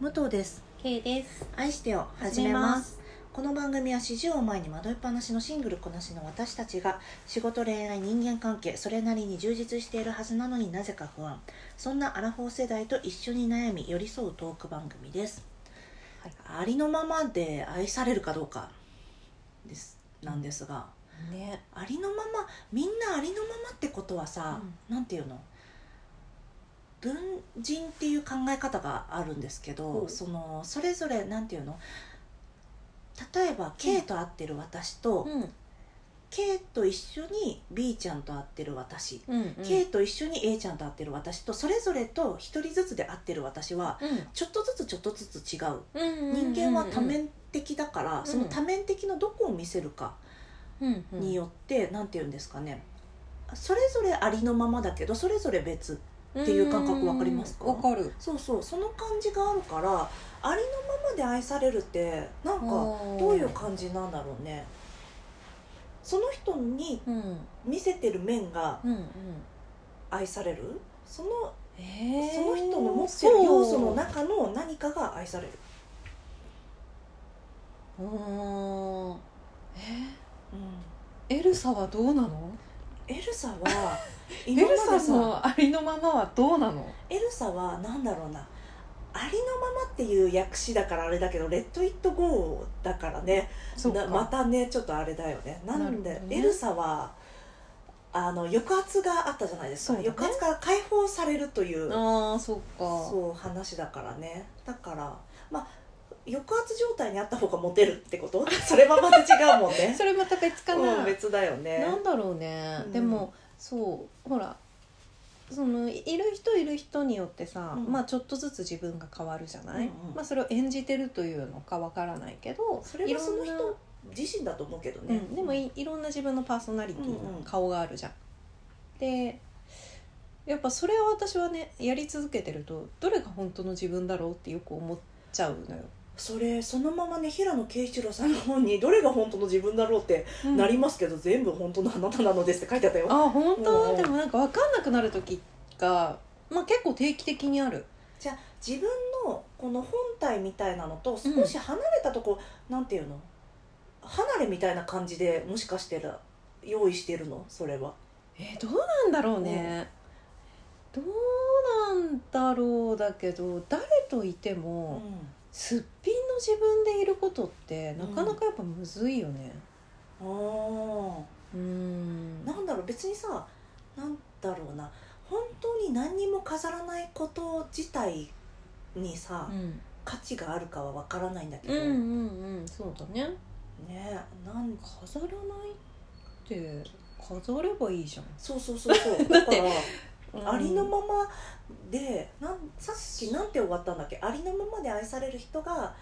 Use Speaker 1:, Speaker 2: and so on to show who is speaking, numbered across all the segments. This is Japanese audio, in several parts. Speaker 1: 武藤です
Speaker 2: K です
Speaker 1: 愛してよ始めますこの番組は四十を前に惑いっぱなしのシングルこなしの私たちが仕事恋愛人間関係それなりに充実しているはずなのになぜか不安そんなアラフォー世代と一緒に悩み寄り添うトーク番組です、
Speaker 2: はい
Speaker 1: ありのままで愛されるかどうかですなんですが
Speaker 2: ね
Speaker 1: ありのままみんなありのままってことはさ、なんていうの文人っていう考え方があるんですけ
Speaker 2: ほ
Speaker 1: ど
Speaker 2: う
Speaker 1: そのそれぞれなんていうの例えば K と会ってる私と、
Speaker 2: うん、
Speaker 1: K と一緒に B ちゃんと会ってる私、
Speaker 2: うん、
Speaker 1: K と一緒に A ちゃんと会ってる私とそれぞれと一人ずつで会ってる私はちょっとずつちょっとずつ違う
Speaker 2: うん、
Speaker 1: 人間は多面的だから、
Speaker 2: ん
Speaker 1: その多面的のどこを見せるかに
Speaker 2: っ
Speaker 1: よって、なんて言うんですかねそれぞれありのままだけどそれぞれ別っていう感覚わかりますか
Speaker 2: わかる
Speaker 1: そうそうその感じがあるからありのままで愛されるってなんかどういう感じなんだろうねその人に
Speaker 2: うん
Speaker 1: 見せてる面が
Speaker 2: うんうん
Speaker 1: 愛されるその
Speaker 2: えー
Speaker 1: その人の持ってる要素の中の何かが愛される、
Speaker 2: そううーん
Speaker 1: う
Speaker 2: えエルサはどうなの
Speaker 1: ん、エルサは
Speaker 2: エ
Speaker 1: 今ま
Speaker 2: ル
Speaker 1: でさ
Speaker 2: サのありのままはどうなの
Speaker 1: エルサはなんだろうなありのままっていう訳詞だからあれだけど「レッド・イット・ゴー」だからね
Speaker 2: そうか
Speaker 1: なまたねちょっとあれだよねなん
Speaker 2: なる
Speaker 1: で、
Speaker 2: ほどね
Speaker 1: エルサはあの抑圧があったじゃないですか、
Speaker 2: そうだね
Speaker 1: 抑圧から解放されるという
Speaker 2: ああそうか
Speaker 1: そう話だからねだからまあ抑圧状態にあった方がモテるってことそれはまた違うもんね
Speaker 2: それまた別か
Speaker 1: うん
Speaker 2: な
Speaker 1: 別だよね
Speaker 2: なんだろうね、
Speaker 1: うん
Speaker 2: でもそうほらそのいいる人いる人によってさ、
Speaker 1: うん
Speaker 2: まあちょっとずつ自分が変わるじゃない、
Speaker 1: うんうん
Speaker 2: まあ、それを演じてるというのかわからないけど
Speaker 1: それはその
Speaker 2: いろんな
Speaker 1: 人自身だと思うけど
Speaker 2: う
Speaker 1: ね、
Speaker 2: ん、でもいいろんな自分のパーソナリティ
Speaker 1: うんう
Speaker 2: の
Speaker 1: ん
Speaker 2: 顔があるじゃん。でやっぱそれを私はねやり続けてるとどれが本当の自分だろうってよく思っちゃうのよ。
Speaker 1: それそのままね平野啓一郎さんの本に「どれが本当の自分だろう?」ってなりますけど、全部本当のあなたなのですって書いてあったよ
Speaker 2: あ本
Speaker 1: うんう
Speaker 2: 当
Speaker 1: ん
Speaker 2: でもなんか分かんなくなる時が、まあ、結構定期的にある。
Speaker 1: じゃあ自分のこの本体みたいなのと少し離れたとこ、なんていうの離れみたいな感じでもしかしてる用意してるのそれは
Speaker 2: えーどうなんだろうね、どうなんだろうだけど誰といて
Speaker 1: う
Speaker 2: も
Speaker 1: ん
Speaker 2: すっぴんの自分でいることってなかなかやっぱむずいよね
Speaker 1: あー
Speaker 2: うーん
Speaker 1: なんだろう別にさなんだろうな本当に何にも飾らないこと自体にさ、
Speaker 2: うん
Speaker 1: 価値があるかは分からないんだけ
Speaker 2: う
Speaker 1: ど、
Speaker 2: んうんうんそうだね
Speaker 1: ねなん
Speaker 2: 飾らないって飾ればいいじゃん
Speaker 1: そうそうそう そうだか
Speaker 2: って
Speaker 1: らありのままでなんさっきなんて終わったんだっけありのままで愛される人が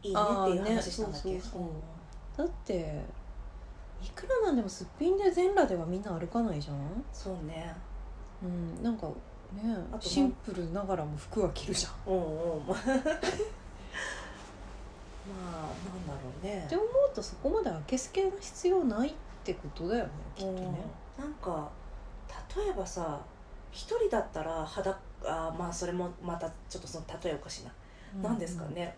Speaker 1: いいねっていう
Speaker 2: あーね
Speaker 1: 話したんだっけ、
Speaker 2: そうそうそうだっていくらなんでもすっぴんで全裸ではみんな歩かないじゃん
Speaker 1: そうそうね
Speaker 2: うんなんかね
Speaker 1: あと
Speaker 2: シンプルながらも服は着るじゃん
Speaker 1: うんうん まあなんだろうね
Speaker 2: って思うとそこまで明けすけが必要ないってことだよねきっとね
Speaker 1: うんなんか例えばさ一人だったら裸あーまあそれもまたちょっとその例えおかしいな、
Speaker 2: うん
Speaker 1: なんですかね、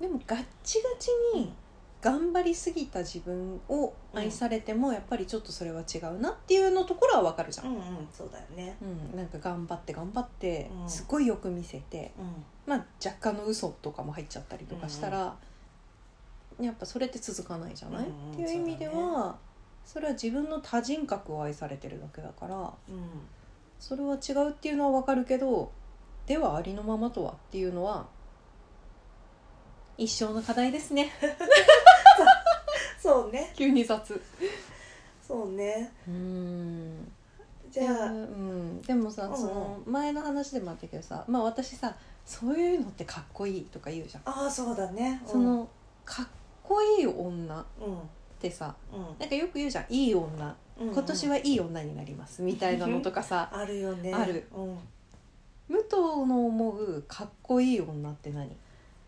Speaker 2: でもガッチガチに頑張りすぎた自分を愛されてもやっぱりちょっとそれは違うなっていうのところはわかるじゃ、
Speaker 1: うんんうんそうだよね
Speaker 2: うん、なんか頑張って頑張って
Speaker 1: うん
Speaker 2: すごいよく見せて、
Speaker 1: うん
Speaker 2: まあ、若干の嘘とかも入っちゃったりとかしたら、やっぱそれって続かないじゃない、
Speaker 1: うんうん
Speaker 2: っていう意味では
Speaker 1: そう
Speaker 2: そ,、れは自分の多人格を愛されてるだけだから
Speaker 1: うん
Speaker 2: それは違うっていうのはわかるけどではありのままとはっていうのは一生の課題ですね
Speaker 1: そうね
Speaker 2: 急に雑
Speaker 1: そうね
Speaker 2: うん
Speaker 1: じゃあ、
Speaker 2: うん、でもさ、
Speaker 1: うんうん
Speaker 2: その前の話でもあったけどさまあ私さそういうのってかっこいいとか言うじゃん、
Speaker 1: ああそうだね
Speaker 2: そのかっこいい女っ
Speaker 1: うんうん
Speaker 2: てさ
Speaker 1: うん
Speaker 2: なんかよく言うじゃんいい女
Speaker 1: うん
Speaker 2: 今年はいい女になりますみたいなのと かさ
Speaker 1: あるよね
Speaker 2: ある、
Speaker 1: うん、
Speaker 2: 武藤の思うかっこいい女って何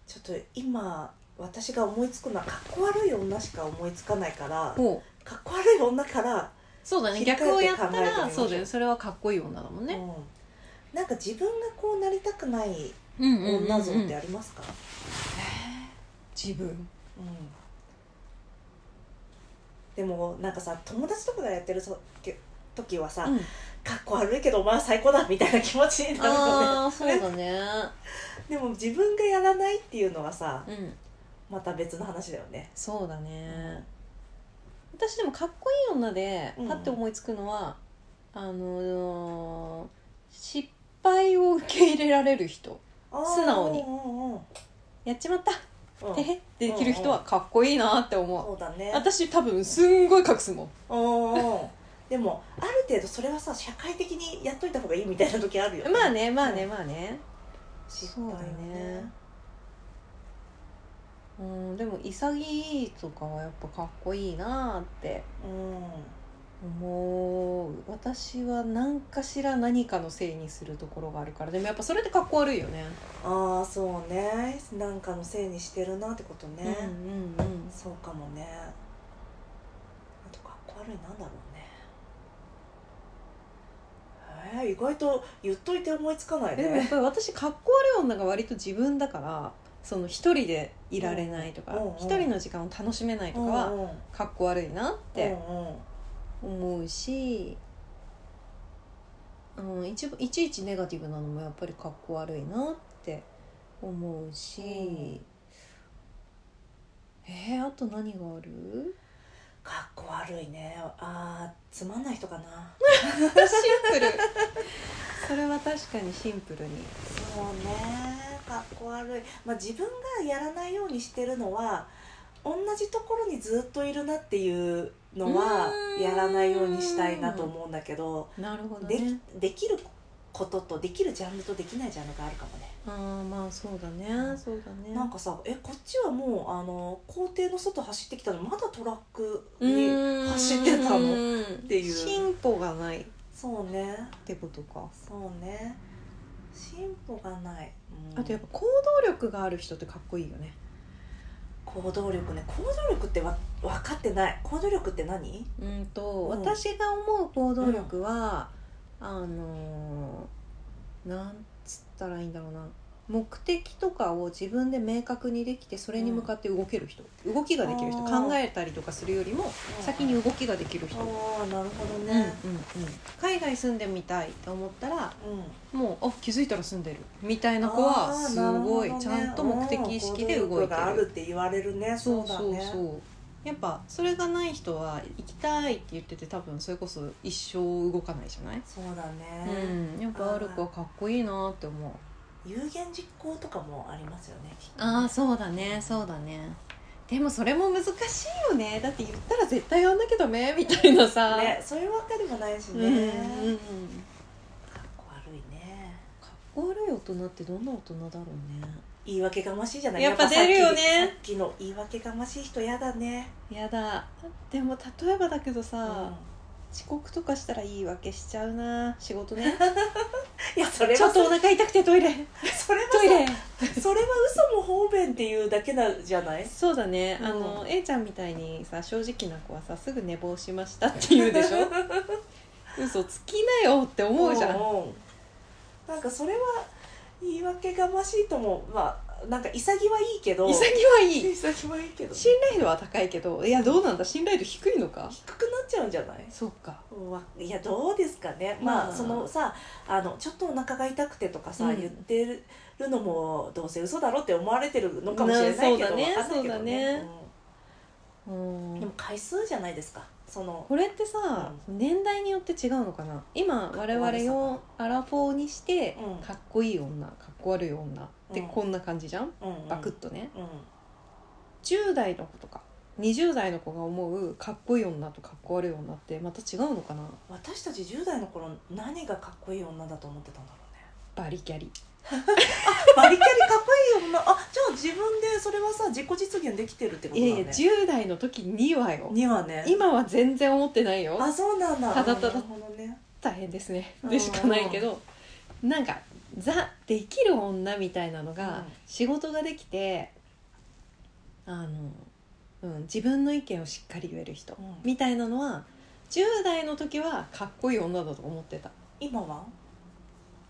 Speaker 1: ちょっと今私が思いつくのはかっこ悪い女しか思いつかないから
Speaker 2: もう
Speaker 1: かっこ悪い女から、
Speaker 2: そうだね
Speaker 1: 切り替えて
Speaker 2: 逆をやっ
Speaker 1: 考
Speaker 2: た
Speaker 1: えてみましょ
Speaker 2: ら
Speaker 1: う
Speaker 2: そうだよそれはかっこいい女だもん
Speaker 1: う
Speaker 2: ね
Speaker 1: ん、なんか自分がこうなりたくない
Speaker 2: うんうんうんうん
Speaker 1: 女像ってありますか、
Speaker 2: 自分
Speaker 1: うんでもなんかさ友達とかがやってるそけ時はさ、
Speaker 2: うん
Speaker 1: かっこ悪いけどお前は最高だみたいな気持ちになる
Speaker 2: あ
Speaker 1: よ
Speaker 2: あ
Speaker 1: ね
Speaker 2: そうだね
Speaker 1: でも自分がやらないっていうのはさ
Speaker 2: うん
Speaker 1: また別の話だよね
Speaker 2: そうだね私でもかっこいい女で
Speaker 1: うん
Speaker 2: パッて思いつくのは、あのー失敗を受け入れられる人
Speaker 1: あー
Speaker 2: 素直に
Speaker 1: うんうんうんうん
Speaker 2: やっちまったてへってできる人
Speaker 1: うん
Speaker 2: はかっこいいなって思う、
Speaker 1: そうだね
Speaker 2: 私多分すんごい隠すもん
Speaker 1: うんうんうんでもある程度それはさ社会的にやっといた方がいいみたいな時あるよね
Speaker 2: まあねまあねまあね
Speaker 1: 失
Speaker 2: そう
Speaker 1: 敗
Speaker 2: だ
Speaker 1: は
Speaker 2: ねうんでも潔いとかはやっぱかっこいいなって
Speaker 1: うん
Speaker 2: 思う私は何かしら何かのせいにするところがあるからでもやっぱそれってかっこ悪いよね
Speaker 1: ああそうねなんかのせいにしてるなってことね、
Speaker 2: うんうんうん
Speaker 1: そうかもねあとかっこ悪いなんだろうねえー、意外と言っといて思いつかない
Speaker 2: でもやっ
Speaker 1: ね
Speaker 2: ぱり私かっこ悪い女が割と自分だからその一人でいられないとか
Speaker 1: うんうん
Speaker 2: 一人の時間を楽しめないとか
Speaker 1: う
Speaker 2: は
Speaker 1: んうん
Speaker 2: かっこ悪いなっ
Speaker 1: う
Speaker 2: て
Speaker 1: んうん
Speaker 2: 思うし、うん、一部いちいちネガティブなのもやっぱりかっこ悪いなって思うし、
Speaker 1: うん
Speaker 2: えー、あと何がある
Speaker 1: かっこ悪いねあーつまんない人かな
Speaker 2: シンプル それは確かにシンプルに
Speaker 1: そうねかっこ悪い、まあ、自分がやらないようにしてるのは同じところにずっといるなっていうのは
Speaker 2: うーん
Speaker 1: やらないようにしたいなと思うんだけど
Speaker 2: なるほど
Speaker 1: でき
Speaker 2: ね
Speaker 1: できることとできるジャンルとできないジャンルがあるかもね
Speaker 2: あーまあそうだねそうだね
Speaker 1: なんかさえこっちはもうあの校庭の外走ってきたのまだトラック
Speaker 2: う
Speaker 1: に
Speaker 2: ーん
Speaker 1: 走ってたのっていう
Speaker 2: 進歩がないっ
Speaker 1: そうね
Speaker 2: てことか
Speaker 1: そうね進歩がない、うん
Speaker 2: あとやっぱ行動力がある人ってかっこいいよね
Speaker 1: 行動力ね行動力ってわ分かってない行動力って何
Speaker 2: うんと、
Speaker 1: ん
Speaker 2: 私が思う行動力は、あのーなんつったらいいんだろうな目的とかを自分で明確にできてそれに向かって動ける人、動きができる人
Speaker 1: あー
Speaker 2: 考えたりとかするよりも先に動きができる人、
Speaker 1: ああなるほど
Speaker 2: うんうんうん
Speaker 1: ね、
Speaker 2: 海外住んでみたいと思ったら
Speaker 1: うん、
Speaker 2: もうあ気づいたら住んでるみたいな子はすごい、
Speaker 1: あーなるほどね
Speaker 2: ちゃんと目的意識で動
Speaker 1: うん行動
Speaker 2: い
Speaker 1: 力
Speaker 2: て
Speaker 1: があ
Speaker 2: る
Speaker 1: るって言われるね
Speaker 2: そ
Speaker 1: そうう
Speaker 2: そ
Speaker 1: だ
Speaker 2: う
Speaker 1: ね
Speaker 2: そうやっぱそれがない人は行きたいって言ってて多分それこそ一生動かないじゃない、
Speaker 1: そうだね、
Speaker 2: うん、やっぱある子はかっこいいなって思う
Speaker 1: 有言実行とかもありますよねきっとね
Speaker 2: ああそうだねそうだねでもそれも難しいよねだって言ったら絶対やんなきゃダメみたいなさ、
Speaker 1: ねそういうわけでもないし
Speaker 2: うん
Speaker 1: ね、
Speaker 2: うんうん
Speaker 1: かっこ悪いね
Speaker 2: かっこ悪い大人ってどんな大人だろうね
Speaker 1: 言い訳がましいじゃない
Speaker 2: やっぱ
Speaker 1: さき
Speaker 2: 出るよね
Speaker 1: さっきの言い訳がましい人やだね
Speaker 2: やだでも例えばだけどさ、
Speaker 1: うん
Speaker 2: 遅刻とかしたら言い訳しちゃうな仕事 ね
Speaker 1: いやそれは
Speaker 2: ちょっとお腹痛くてト イレ
Speaker 1: それは
Speaker 2: トイレ
Speaker 1: さそれは嘘も方便っていうだけなんじゃない
Speaker 2: そうだね、
Speaker 1: うん
Speaker 2: あの A ちゃんみたいにさ正直な子はさすぐ寝坊しましたって言うで しょ嘘つきなよって思うじゃん
Speaker 1: んなんかそれは言い訳がましいともまあなんか潔はいいけど
Speaker 2: 潔はいい
Speaker 1: 潔はいいけど低
Speaker 2: 信頼度は高いけどいやどうなんだ信頼度低いのか
Speaker 1: くなっちゃうんじゃない
Speaker 2: そうか
Speaker 1: うわいやどうですかねまあ、
Speaker 2: まあ
Speaker 1: そのさあのちょっとお腹が痛くてとかさ、
Speaker 2: うん
Speaker 1: 言ってるのもどうせ嘘だろって思われてるのかもしれないけど、
Speaker 2: ね
Speaker 1: わかんないけど
Speaker 2: そうだねう
Speaker 1: うん
Speaker 2: ん
Speaker 1: でも回数じゃないですかその
Speaker 2: これってさ、年代によって違うのかな今我々をアラフォーにして、
Speaker 1: うん
Speaker 2: かっこいい女かっこ悪い女ってこんな感じじゃん、
Speaker 1: うんうん
Speaker 2: バクッとね
Speaker 1: うん
Speaker 2: 10代の子とか20代の子が思うかっこいい女とかっこ悪い女ってまた違うのかな
Speaker 1: 私たち10代の頃何がかっこいい女だと思ってたんだろうね
Speaker 2: バリキャリ
Speaker 1: バリキャリかっこいい女あじゃあ自分でそれはさ自己実現できてるってことだ
Speaker 2: い
Speaker 1: ね
Speaker 2: やいや10代の時にはよ
Speaker 1: にはね
Speaker 2: 今は全然思ってないよ
Speaker 1: あそうなんだ
Speaker 2: ただただ
Speaker 1: なるほどね
Speaker 2: 大変ですね
Speaker 1: うん
Speaker 2: でしかないけどなんかザできる女みたいなの
Speaker 1: う
Speaker 2: が
Speaker 1: ん
Speaker 2: 仕事ができてあの、うん、自分の意見をしっかり言える人
Speaker 1: うん
Speaker 2: みたいなのは10代の時はかっこいい女だと思ってた
Speaker 1: 今は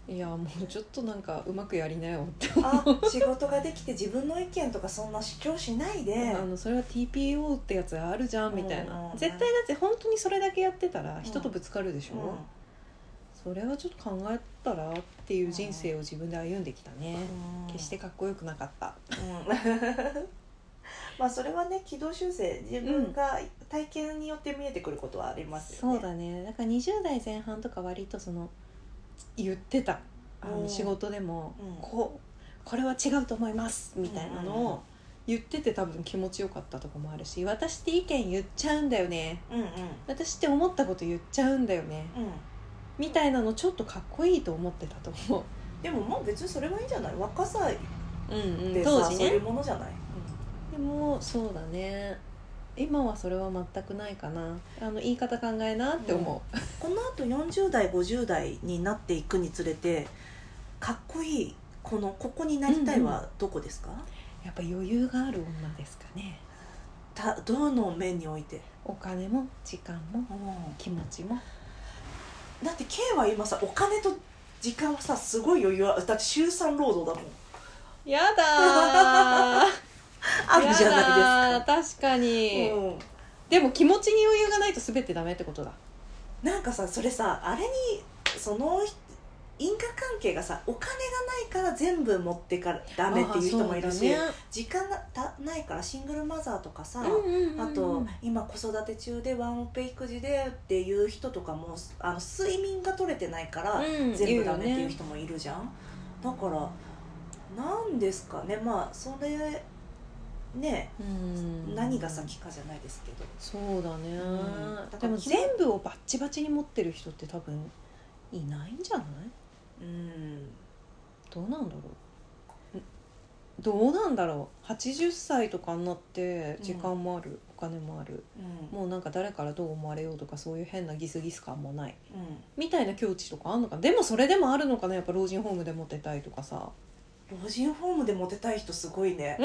Speaker 2: いやもうちょっとなんかうまくやりなよって、
Speaker 1: あ仕事ができて自分の意見とかそんな主張しないで
Speaker 2: あのそれは TPO ってやつあるじゃんみたい
Speaker 1: うんうん
Speaker 2: な、
Speaker 1: うん
Speaker 2: 絶対だって本当にそれだけやってたら人とぶつかるでしょ、
Speaker 1: う
Speaker 2: それはちょっと考えたらっていう人生を自分で歩んできたね、
Speaker 1: ん
Speaker 2: 決して、かっこよくなかった、
Speaker 1: うん まあそれはね軌道修正自分が体験によって見えてくることはありますよ
Speaker 2: そ
Speaker 1: ね、
Speaker 2: うだねだから20代前半とか割とその言ってたあ
Speaker 1: う
Speaker 2: の
Speaker 1: ん
Speaker 2: 仕事でも、
Speaker 1: うん
Speaker 2: こうこれは違うと思いますみたいなの
Speaker 1: うんうんうん
Speaker 2: を言ってて多分気持ちよかったとこもあるし私って意見言っちゃうんだよね
Speaker 1: うんうん
Speaker 2: 私って思ったこと言っちゃうんだよね
Speaker 1: う
Speaker 2: みたいなのちょっとかっこいいと思ってたと思
Speaker 1: んでももう別にそれはいいんじゃない若さ
Speaker 2: う、うん
Speaker 1: でさ、
Speaker 2: 当
Speaker 1: そ
Speaker 2: 時
Speaker 1: う
Speaker 2: ね
Speaker 1: いうものじゃない
Speaker 2: でもそうだね今はそれは全くないかなあの言い方考えなって思う、
Speaker 1: このあと40代50代になっていくにつれてかっこいいこのここになりたいはどこですか、
Speaker 2: やっぱ余裕がある女ですかね
Speaker 1: たどの面において、
Speaker 2: お金も時間も気持ちも
Speaker 1: だって K は今さお金と時間はさすごい余裕あるだって週3労働だもん
Speaker 2: や だー
Speaker 1: あるじゃない
Speaker 2: いですか確か
Speaker 1: で
Speaker 2: に、
Speaker 1: すか、うん
Speaker 2: でも気持ちに余裕がないと全てダメってことだ
Speaker 1: なんかさそれさあれにその人因果関係がさお金がないから全部持ってからダメっていう人もいるし、
Speaker 2: あー
Speaker 1: 時間がたないからシングルマザーとかさ、
Speaker 2: そうだねうんうんうんうん
Speaker 1: あと今子育て中でワンオペ育児でっていう人とかもあの睡眠が取れてないから
Speaker 2: うん
Speaker 1: 全部ダメって
Speaker 2: 言う
Speaker 1: い
Speaker 2: よ
Speaker 1: う
Speaker 2: ね
Speaker 1: 人もいるじゃん、だからなんですかねまあそれね
Speaker 2: うん
Speaker 1: 何が先かじゃないですけど
Speaker 2: そうだね、
Speaker 1: うんだから
Speaker 2: でも全部をバッチバチに持ってる人って多分いないんじゃない
Speaker 1: うん
Speaker 2: どうなんだろうんどうなんだろう80歳とかになって時間もある、お金もある
Speaker 1: うん
Speaker 2: もうなんか誰からどう思われようとかそういう変なギスギス感もない
Speaker 1: うん
Speaker 2: みたいな境地とかあんのかなでもそれでもあるのかなやっぱ老人ホームでモテたいとかさ
Speaker 1: 老人ホームでモテたい人すごいね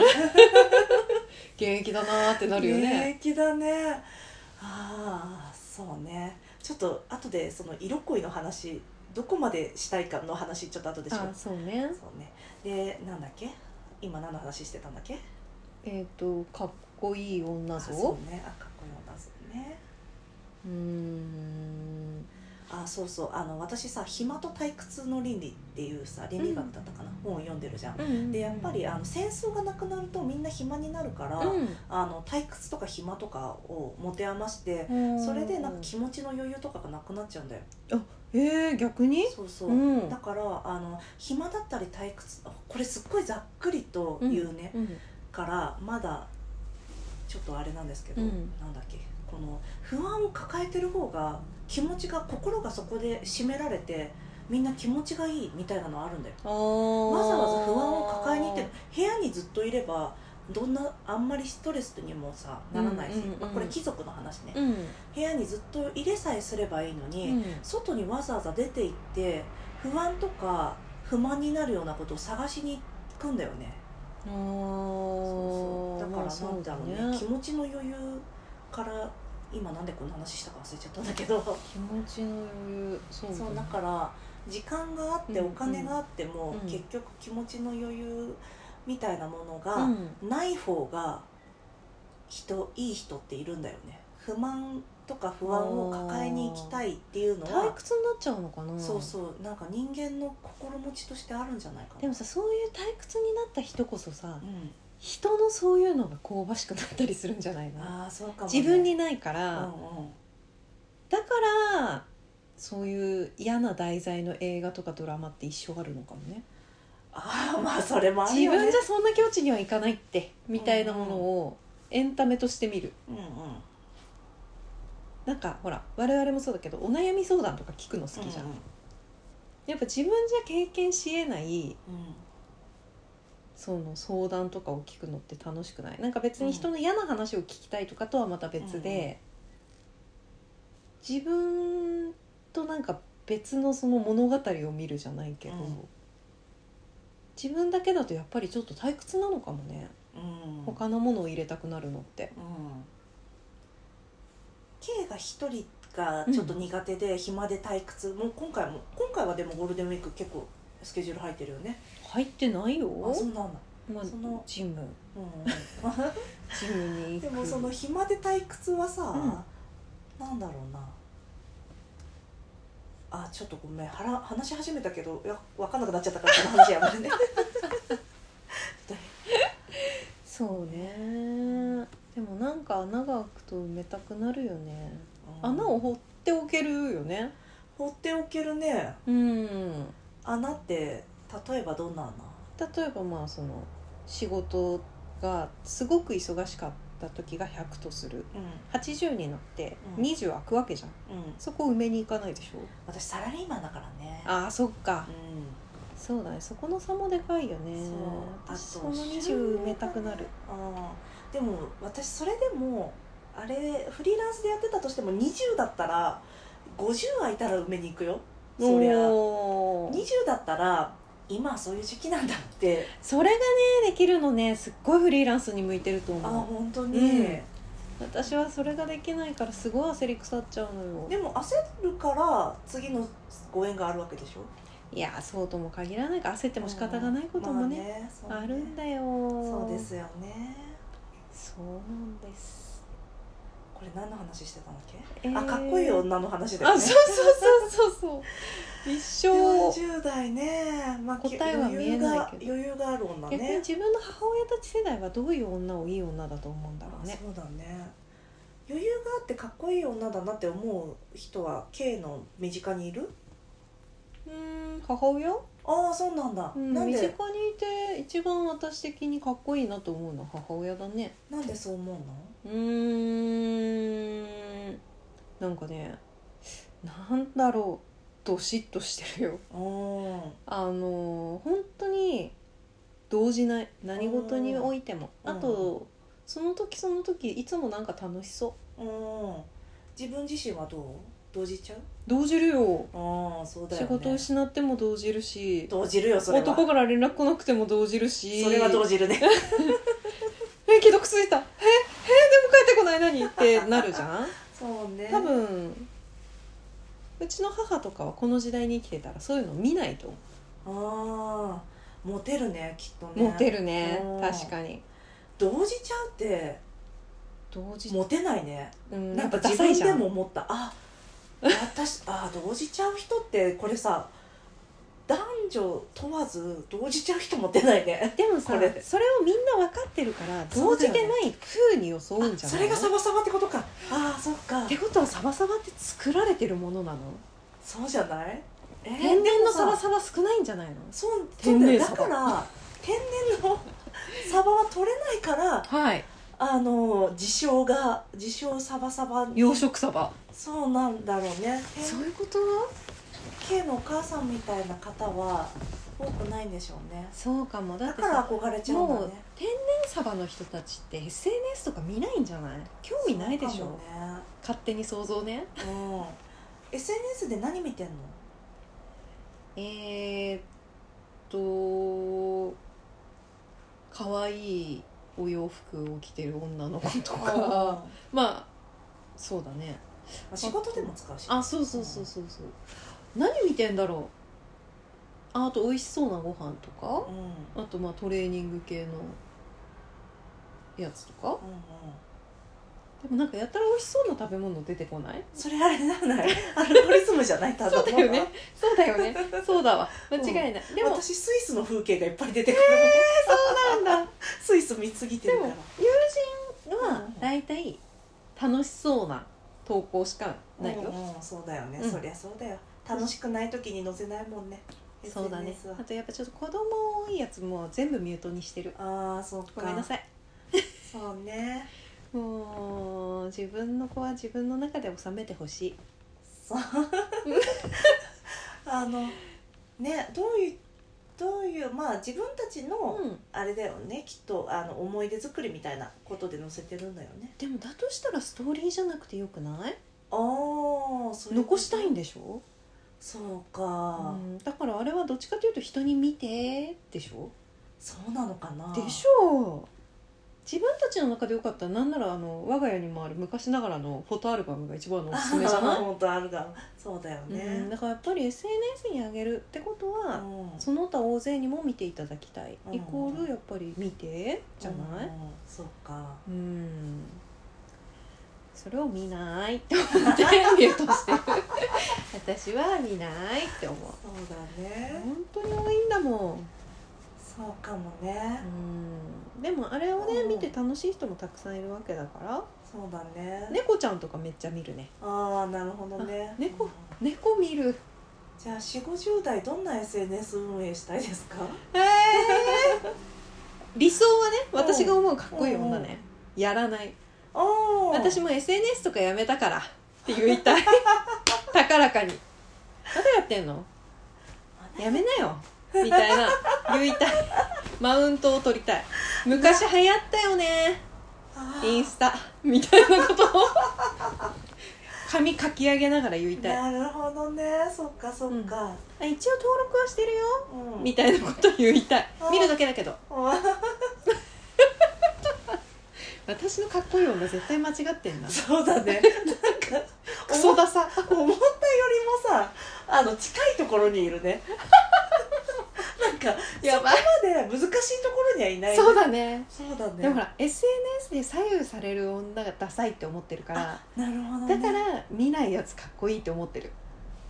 Speaker 2: 現役だなーってなるよね
Speaker 1: 現役だねああそうねちょっと後でその色恋の話どこまでしたいかの話ちょっと後でしよ
Speaker 2: あ
Speaker 1: う
Speaker 2: そうね
Speaker 1: そうねでなんだっけ今何の話してたんだっけ
Speaker 2: えっ、とかっこいい女
Speaker 1: あ
Speaker 2: 像
Speaker 1: そうねあかっこよかったね
Speaker 2: うーん
Speaker 1: あそうそうあの私さ「暇と退屈の倫理」っていうさ倫理学だったかな、本を読んでるじゃんでやっぱりあの戦争がなくなるとみんな暇になるから、あの退屈とか暇とかを持て余して
Speaker 2: うん
Speaker 1: それでなんか気持ちの余裕とかがなくなっちゃうんだよ
Speaker 2: えー、逆に
Speaker 1: そうそう、
Speaker 2: うん
Speaker 1: だからあの暇だったり退屈あこれすっごいざっくりと言うね、
Speaker 2: うん
Speaker 1: からまだちょっとあれなんですけど、
Speaker 2: うん
Speaker 1: なんだっけこの不安を抱えてる方が気持ちが心がそこで締められてみんな気持ちがいいみたいなのあるんだよ
Speaker 2: あー
Speaker 1: わざわざ不安を抱えに行ってる部屋にずっといればどんなあんまりストレスにもさならないし、
Speaker 2: うんうんうん
Speaker 1: まあこれ貴族の話ね、
Speaker 2: うん、
Speaker 1: 部屋にずっと入れさえすればいいのに、
Speaker 2: うん
Speaker 1: 外にわざわざ出て行って不安とか不満になるようなことを探しに行くんだよね
Speaker 2: あ
Speaker 1: そう
Speaker 2: ー
Speaker 1: そうだからなんだろうね,、
Speaker 2: まあ
Speaker 1: 気
Speaker 2: そ
Speaker 1: 持ちの余裕から今なんでこんな話したか忘れちゃったんだけど
Speaker 2: 気持ちの余裕そうだね
Speaker 1: そうだから時間があって
Speaker 2: うん
Speaker 1: お金があっても、
Speaker 2: うん
Speaker 1: 結局気持ちの余裕みたいなもの
Speaker 2: う
Speaker 1: が
Speaker 2: ん
Speaker 1: ない方が人いい人っているんだよね不満とか不安を抱えに行きたいっていうのは
Speaker 2: 退屈になっちゃうのかな
Speaker 1: そうそうなんか人間の心持ちとしてあるんじゃないかな
Speaker 2: でもさそういう退屈になった人こそさ
Speaker 1: うん、
Speaker 2: 人のそういうのが香ばしくなったりするんじゃないの
Speaker 1: ああそうかも、
Speaker 2: 自分にないか
Speaker 1: うん
Speaker 2: ら、
Speaker 1: うん
Speaker 2: だからそういう嫌な題材の映画とかドラマって一生あるのかもね
Speaker 1: ああまあそれもある
Speaker 2: 自
Speaker 1: よね
Speaker 2: 分じゃそんな境地にはいかないってみたいなものをエンタメとして見る
Speaker 1: うんうん
Speaker 2: なんかほら我々もそうだけどお悩み相談とか聞くの好きじゃん、
Speaker 1: うん
Speaker 2: やっぱ自分じゃ経験しえない
Speaker 1: うん
Speaker 2: その相談とかを聞くのって楽しくないなんか別に人の嫌な話を聞きたいとかとはまた別で、自分となんか別のその物語を見るじゃないけど、
Speaker 1: うん
Speaker 2: 自分だけだとやっぱりちょっと退屈なのかもね、
Speaker 1: うん
Speaker 2: 他のものを入れたくなるのって。
Speaker 1: うん K が一人がちょっと苦手で暇で退屈、もう今回も今回はでもゴールデンウィーク結構スケジュール入ってるよね
Speaker 2: 入ってないよ
Speaker 1: あそうなんだ、
Speaker 2: まあ
Speaker 1: その
Speaker 2: ジム
Speaker 1: うん
Speaker 2: ジムに行く
Speaker 1: でもその暇で退屈はさ、なんだろうなあちょっとごめんはら話し始めたけどいや分かんなくなっちゃったからこの話やめるね
Speaker 2: そうねでもなんか穴が開くと埋めたくなるよね
Speaker 1: うん
Speaker 2: 穴を掘っておけるよね
Speaker 1: 放っておけるね
Speaker 2: うん
Speaker 1: 穴って例えばどんな穴
Speaker 2: 例えばまあその仕事がすごく忙しかった時が100とする
Speaker 1: うん
Speaker 2: 80になって
Speaker 1: うん
Speaker 2: 20開くわけじゃん、
Speaker 1: うん
Speaker 2: そこ埋めに行かないでしょ
Speaker 1: 私サラリーマンだからね
Speaker 2: ああそっか
Speaker 1: うん
Speaker 2: そうだねそこの差もでかいよね
Speaker 1: そう
Speaker 2: 私
Speaker 1: あと
Speaker 2: その20埋めたくなる
Speaker 1: あーでも私それでもあれフリーランスでやってたとしても20だったら50空いたら埋めに行くよそりゃ
Speaker 2: おー
Speaker 1: 20だったら今そういう時期なんだって
Speaker 2: それがねできるのねすっごいフリーランスに向いてると
Speaker 1: あ
Speaker 2: 思う
Speaker 1: 本当
Speaker 2: う
Speaker 1: に、
Speaker 2: ん私はそれができないからすごい焦り腐っちゃうのよ
Speaker 1: でも焦るから次のご縁があるわけでしょ
Speaker 2: いやそうとも限らないから焦っても仕方がないこともね,、
Speaker 1: うん
Speaker 2: あ
Speaker 1: まあねそうね
Speaker 2: るんだよ
Speaker 1: そうですよね
Speaker 2: そうなんです、
Speaker 1: これ何の話してたんだっけ、
Speaker 2: えー
Speaker 1: あかっこいい女の話だよ
Speaker 2: あ
Speaker 1: ね
Speaker 2: そうそうそうそうそう一生
Speaker 1: 40代ね、まあ、き
Speaker 2: 答えは見えないけど
Speaker 1: 余裕が余裕がある女
Speaker 2: 逆に
Speaker 1: ね
Speaker 2: 自分の母親たち世代はどういう女をいい女だと思うんだろう
Speaker 1: あ
Speaker 2: ね
Speaker 1: そうだね余裕があってかっこいい女だなって思う人は K の身近にいる
Speaker 2: うーん母親、
Speaker 1: ああそうなんだ、
Speaker 2: うん、
Speaker 1: なん
Speaker 2: 身近に
Speaker 1: で
Speaker 2: いて一番私的にかっこいいなと思うのは母親だね
Speaker 1: なんでそう思うの
Speaker 2: うーんなんかねなんだろうどしっとしてるよ
Speaker 1: うん
Speaker 2: あの本当に動じない何事においても
Speaker 1: うん
Speaker 2: あとその時その時いつもなんか楽しそう
Speaker 1: うん自分自身はどう動じちゃう
Speaker 2: 動じるよ
Speaker 1: ああそうだよ
Speaker 2: 仕
Speaker 1: ね
Speaker 2: 事を失っても動じるし
Speaker 1: 動じるよそれは
Speaker 2: 男から連絡来なくても動じるし
Speaker 1: それは動じる ね
Speaker 2: え既読ついたええでも帰ってこない何ってなるじゃん
Speaker 1: そうね
Speaker 2: 多分うちの母とかはこの時代に生きてたらそういうの見ないと思
Speaker 1: ああモテるねきっと
Speaker 2: う、
Speaker 1: ね
Speaker 2: モテるね
Speaker 1: うん
Speaker 2: 確かに
Speaker 1: 動じちゃうって
Speaker 2: 同時
Speaker 1: モテないね
Speaker 2: うん
Speaker 1: な
Speaker 2: なんん
Speaker 1: か
Speaker 2: か
Speaker 1: 自
Speaker 2: ダサい
Speaker 1: 分
Speaker 2: じ
Speaker 1: で
Speaker 2: ゃん
Speaker 1: も思ったあ私あ動じちゃう人ってこれさ男女問わず動じちゃう人モテないね
Speaker 2: でもさ
Speaker 1: これ
Speaker 2: それをみんな分かってるから
Speaker 1: そ
Speaker 2: 同
Speaker 1: うだ
Speaker 2: 時
Speaker 1: よね
Speaker 2: でない風に装うんじゃ
Speaker 1: そ
Speaker 2: ない
Speaker 1: れがサバサバってことかああそっか
Speaker 2: ってことはサバサバって作られてるものなの
Speaker 1: そうじゃないえー
Speaker 2: 天然のサバ
Speaker 1: でもさ
Speaker 2: サバ少ないんじゃないの
Speaker 1: そうそうだよ
Speaker 2: 天然
Speaker 1: だ
Speaker 2: サバ
Speaker 1: から天然のサバは取れないから
Speaker 2: はい
Speaker 1: あの自称が自称サバサバ
Speaker 2: 養殖サバ
Speaker 1: そうなんだろうね
Speaker 2: そういうこと
Speaker 1: K のお母さんみたいな方は多くないんでしょうね
Speaker 2: そうかもだ
Speaker 1: だ
Speaker 2: って
Speaker 1: か
Speaker 2: さ
Speaker 1: ら憧れちゃうんだ
Speaker 2: もう
Speaker 1: ね
Speaker 2: 天然サバの人たちって SNS とか見ないんじゃない興味ないでし
Speaker 1: そう
Speaker 2: ょ、勝手に想像ね
Speaker 1: かもねうん SNS で何見てんの
Speaker 2: えー、っと可愛いお洋服を着てる女の子とか
Speaker 1: ま
Speaker 2: まあそうだね
Speaker 1: あ仕事でも使うし
Speaker 2: あそうそうそうそうそう何見てんだろうああと美味しそうなご飯とか
Speaker 1: うんうんうん
Speaker 2: あとまあトレーニング系のやつとかでもなんかやたら美味しそうな食べ物出てこない
Speaker 1: それあれなんだよ アルゴリズムじゃないただの
Speaker 2: そうだ よね そうだよねそうだわ間違いない、でも
Speaker 1: 私スイスの風景がいっぱい出てくる
Speaker 2: そうなんだ
Speaker 1: スイス見すぎて
Speaker 2: で
Speaker 1: るか
Speaker 2: も
Speaker 1: ら
Speaker 2: 友人は大体楽しそうな投稿しかないよ、
Speaker 1: うんうんそうだよね、
Speaker 2: うん
Speaker 1: そりゃそうだよ楽しくない時に載せないもんね
Speaker 2: そうだね
Speaker 1: SNS は
Speaker 2: あとやっぱちょっと子供多いやつも全部ミュートにしてる
Speaker 1: ああそうか
Speaker 2: ごめんなさい
Speaker 1: そうね
Speaker 2: もう自分の子は自分の中で収めてほしい
Speaker 1: そう あのねどういうどういうまあ自分たちの
Speaker 2: うん
Speaker 1: あれだよねきっとあの思い出作りみたいなことで載せてるんだよね
Speaker 2: でもだとしたらストーリーじゃなくてよくない
Speaker 1: ああそう
Speaker 2: 残したい
Speaker 1: だ
Speaker 2: んでしょ、
Speaker 1: そう
Speaker 2: う
Speaker 1: か、
Speaker 2: ん、だからあれはどっちかというと人に見てでしょ
Speaker 1: そうなのかな
Speaker 2: でしょう自分たちの中でよかったらなんならあの我が家にもある昔ながらのフォトアルバムが一番のおすすめじゃない、
Speaker 1: 本当あるだそうだよ
Speaker 2: うん、
Speaker 1: ね、
Speaker 2: だからやっぱり SNS に上げるってことは、
Speaker 1: うん
Speaker 2: その他大勢にも見ていただきたい、
Speaker 1: うん
Speaker 2: イコールやっぱり見てじゃない、
Speaker 1: うんそうか
Speaker 2: うんそれを見ないって思ってミュートしてる私は見ないって思う
Speaker 1: そうだね
Speaker 2: 本当に多いんだもん、
Speaker 1: そうかもね
Speaker 2: うん、でもあれをね、
Speaker 1: うん
Speaker 2: 見て楽しい人もたくさんいるわけだから
Speaker 1: そうだね
Speaker 2: 猫ちゃんとかめっちゃ見るね
Speaker 1: ああなるほどね
Speaker 2: あ猫
Speaker 1: うん
Speaker 2: 猫見る
Speaker 1: じゃあ4 5 0代どんな SNS 運営したいですか
Speaker 2: え ー、理想はね私が思うかっこいい女ねやらない
Speaker 1: おお
Speaker 2: 私も SNS とかやめたからって言い たい高らかにまだやってんのやめなよみたいな言いたいマウントを取りたい昔流行ったよねインスタみたいなことを髪かき上げながら言いたいあ
Speaker 1: なるほどねそっかそっか
Speaker 2: 一応登録はしてるよ
Speaker 1: うん、
Speaker 2: みたいなこと言いたい見るだけだけど私のかっこいい女絶対間違ってんな
Speaker 1: そうだねなんか
Speaker 2: クソダサ
Speaker 1: 思ったよりもさあの近いところにいるねなんか
Speaker 2: やばい
Speaker 1: まで難しいところにはいない、ね、
Speaker 2: そうだね
Speaker 1: そうだね
Speaker 2: でもほら SNS で左右される女がダサいって思ってるから
Speaker 1: なるほど、ね、
Speaker 2: だから見ないやつかっこいいって思ってる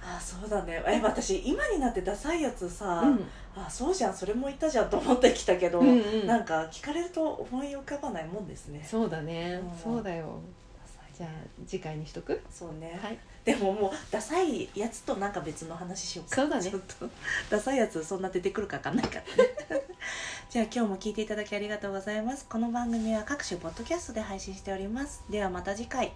Speaker 1: あそうだねえ私今になってダサいやつさ、
Speaker 2: うん
Speaker 1: あそうじゃんそれも言ったじゃんと思ってきたけど、
Speaker 2: うんうん
Speaker 1: なんか聞かれると思い浮かばないもんですね
Speaker 2: そうだね
Speaker 1: うん
Speaker 2: そうだよ
Speaker 1: ダサい
Speaker 2: じゃあ次回にしとく
Speaker 1: そうね、
Speaker 2: はい
Speaker 1: でももうダサいやつとなんか別の話しようか
Speaker 2: そうだね
Speaker 1: ちょっとダサいやつそんな出てくるか分かんないからね じゃあ今日も聞いていただきありがとうございますこの番組は各種ポッドキャストで配信しておりますではまた次回